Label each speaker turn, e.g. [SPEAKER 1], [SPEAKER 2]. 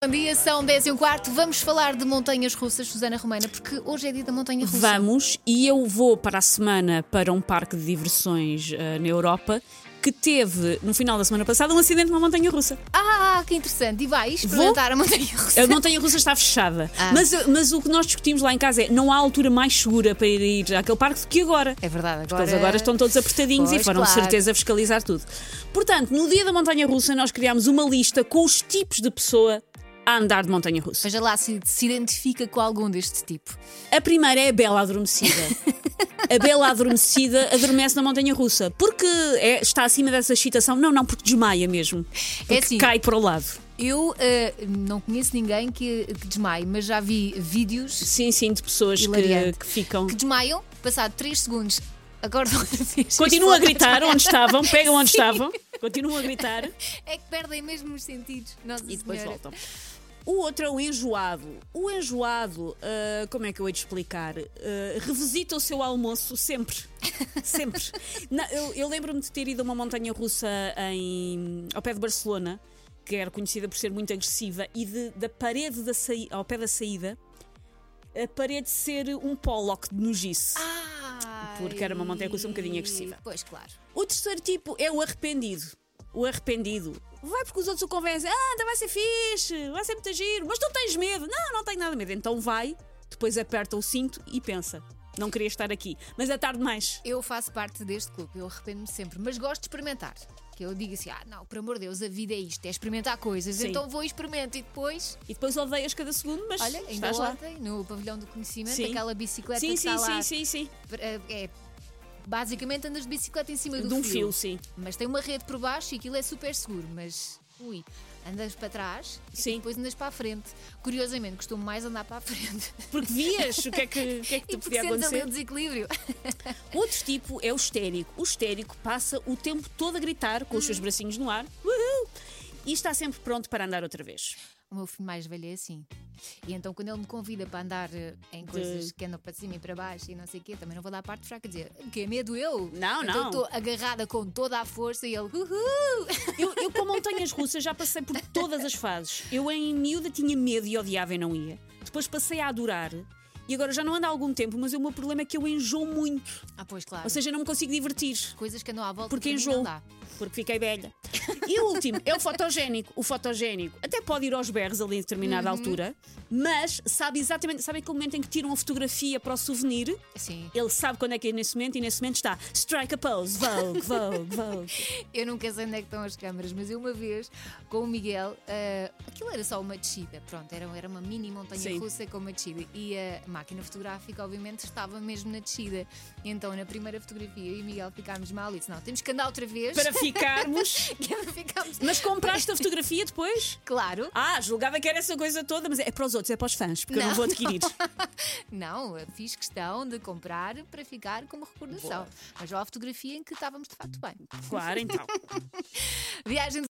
[SPEAKER 1] Bom dia, são 10 e um quarto. Vamos falar de montanhas russas, Susana Romana, porque hoje é dia da montanha russa.
[SPEAKER 2] Vamos e eu vou para a semana para um parque de diversões eh, na Europa que teve, no final da semana passada, um acidente numa montanha russa.
[SPEAKER 1] Ah, que interessante. E vais experimentar a montanha russa.
[SPEAKER 2] A montanha russa está fechada.
[SPEAKER 1] Ah.
[SPEAKER 2] Mas, mas o que nós discutimos lá em casa é não há altura mais segura para ir àquele parque do que agora.
[SPEAKER 1] É verdade, agora.
[SPEAKER 2] Eles agora estão todos apertadinhos e
[SPEAKER 1] Pois,
[SPEAKER 2] foram de
[SPEAKER 1] claro.
[SPEAKER 2] certeza fiscalizar tudo. Portanto, no dia da montanha russa, nós criámos uma lista com os tipos de pessoa a andar de montanha russa.
[SPEAKER 1] Veja lá se se identifica com algum deste tipo.
[SPEAKER 2] A primeira é a Bela Adormecida. A Bela Adormecida adormece na Montanha Russa. Porque é- está acima dessa excitação? Não, não, porque desmaia mesmo. Porque
[SPEAKER 1] assim.
[SPEAKER 2] cai para o lado.
[SPEAKER 1] Eu eh, não conheço ninguém que, que desmaie, mas já vi vídeos
[SPEAKER 2] Sim, sim, de pessoas que,
[SPEAKER 1] Hilariante.
[SPEAKER 2] que ficam.
[SPEAKER 1] que desmaiam, passado 3 segundos, acordam outra vez.
[SPEAKER 2] Continuam a gritar onde estavam, pegam onde estavam, continuam a gritar
[SPEAKER 1] É que perdem mesmo os sentidos. Nossa
[SPEAKER 2] e depois
[SPEAKER 1] Senhora.
[SPEAKER 2] voltam. O outro é o enjoado. O enjoado, ah, como é que eu hei de explicar? Ah, revisita o seu almoço sempre. Sempre. Na- eu eu lembro-me de ter ido a uma montanha russa em, ao pé de Barcelona, que era conhecida por ser muito agressiva, e de- da parede da saí- ao pé da saída, a parede ser um Pollock de nojice.
[SPEAKER 1] Ai.
[SPEAKER 2] Porque era uma montanha russa um bocadinho agressiva.
[SPEAKER 1] Pois, claro.
[SPEAKER 2] O terceiro tipo é o arrependido. O arrependido. Vai porque os outros o convencem. Ah, anda, vai ser fixe, vai ser muito giro, mas tu tens medo. Não, não tenho nada de medo. Então vai, depois aperta o cinto e pensa. Não queria estar aqui, mas é tarde demais.
[SPEAKER 1] Eu faço parte deste clube, eu arrependo-me sempre, mas gosto de experimentar. Que eu digo assim: ah, não, por amor de Deus, a vida é isto, é experimentar coisas,
[SPEAKER 2] Sim.
[SPEAKER 1] então vou e experimento e depois.
[SPEAKER 2] E depois odeias cada segundo, mas
[SPEAKER 1] Olha, ainda
[SPEAKER 2] estás lá.
[SPEAKER 1] ontem, no pavilhão do conhecimento,
[SPEAKER 2] Sim.
[SPEAKER 1] aquela bicicleta
[SPEAKER 2] Sim,
[SPEAKER 1] que
[SPEAKER 2] sim,
[SPEAKER 1] está
[SPEAKER 2] sim,
[SPEAKER 1] lá.
[SPEAKER 2] sim, sim.
[SPEAKER 1] eh, É, basicamente andas de bicicleta em cima do
[SPEAKER 2] De um fio, sim.
[SPEAKER 1] Mas tem uma rede por baixo e aquilo é super seguro, mas ui, andas para trás e
[SPEAKER 2] Sim.
[SPEAKER 1] depois andas para a frente. Curiosamente, costumo mais andar para a frente.
[SPEAKER 2] Porque vias o que é que, o que, é que
[SPEAKER 1] E
[SPEAKER 2] te
[SPEAKER 1] porque
[SPEAKER 2] podia
[SPEAKER 1] sentes ali
[SPEAKER 2] acontecer.
[SPEAKER 1] o desequilíbrio.
[SPEAKER 2] Outro tipo é o histérico. O histérico passa o tempo todo a gritar com os
[SPEAKER 1] Hum.
[SPEAKER 2] seus bracinhos no ar. Uhul! E está sempre pronto para andar outra vez.
[SPEAKER 1] O meu filho mais velho é assim. E então, quando ele me convida para andar eh, em coisas que andam para cima e para baixo e não sei o quê, também não vou dar parte fraca e dizer que é medo eu.
[SPEAKER 2] Não,
[SPEAKER 1] Então,
[SPEAKER 2] não.
[SPEAKER 1] estou agarrada com toda a força e ele, uhul!
[SPEAKER 2] Eu, eu com montanhas russas já passei por todas as fases. Eu em miúda tinha medo e odiava e não ia. Depois passei a adorar. E agora já não ando há algum tempo, mas o meu problema é que eu enjoo muito.
[SPEAKER 1] Ah, pois, claro.
[SPEAKER 2] Ou seja, não me consigo divertir.
[SPEAKER 1] coisas que andam à volta
[SPEAKER 2] Porque é
[SPEAKER 1] para mim não
[SPEAKER 2] enjoo.
[SPEAKER 1] dá.
[SPEAKER 2] Porque fiquei velha. E o último é o fotogénico. O fotogénico até pode ir aos berros ali em determinada
[SPEAKER 1] Uhum.
[SPEAKER 2] altura, mas sabe exatamente. Sabe aquele momento em que tiram a fotografia para o souvenir?
[SPEAKER 1] Sim.
[SPEAKER 2] Ele sabe quando é que é nesse momento e nesse momento está strike a pose, vogue, vogue, vogue.
[SPEAKER 1] Eu nunca sei onde é que estão as câmaras, mas eu uma vez com o Miguel, ah, aquilo era só uma descida, pronto, era, era uma mini montanha
[SPEAKER 2] Sim.
[SPEAKER 1] russa com uma descida. E a máquina fotográfica, obviamente, estava mesmo na descida. Então, na primeira fotografia, eu e o Miguel ficámos mal e disse: Não, temos que andar outra vez.
[SPEAKER 2] Para ficarmos.
[SPEAKER 1] que é para ficarmos.
[SPEAKER 2] Mas compraste a fotografia depois?
[SPEAKER 1] Claro.
[SPEAKER 2] Ah, julgava que era essa coisa toda, mas é para os outros, é para os fãs, porque eu
[SPEAKER 1] Não,
[SPEAKER 2] não vou adquirir.
[SPEAKER 1] Não, eu fiz questão de comprar para ficar como recordação. Mas já há a fotografia em que estávamos de facto bem.
[SPEAKER 2] Claro, então.
[SPEAKER 1] Viagem de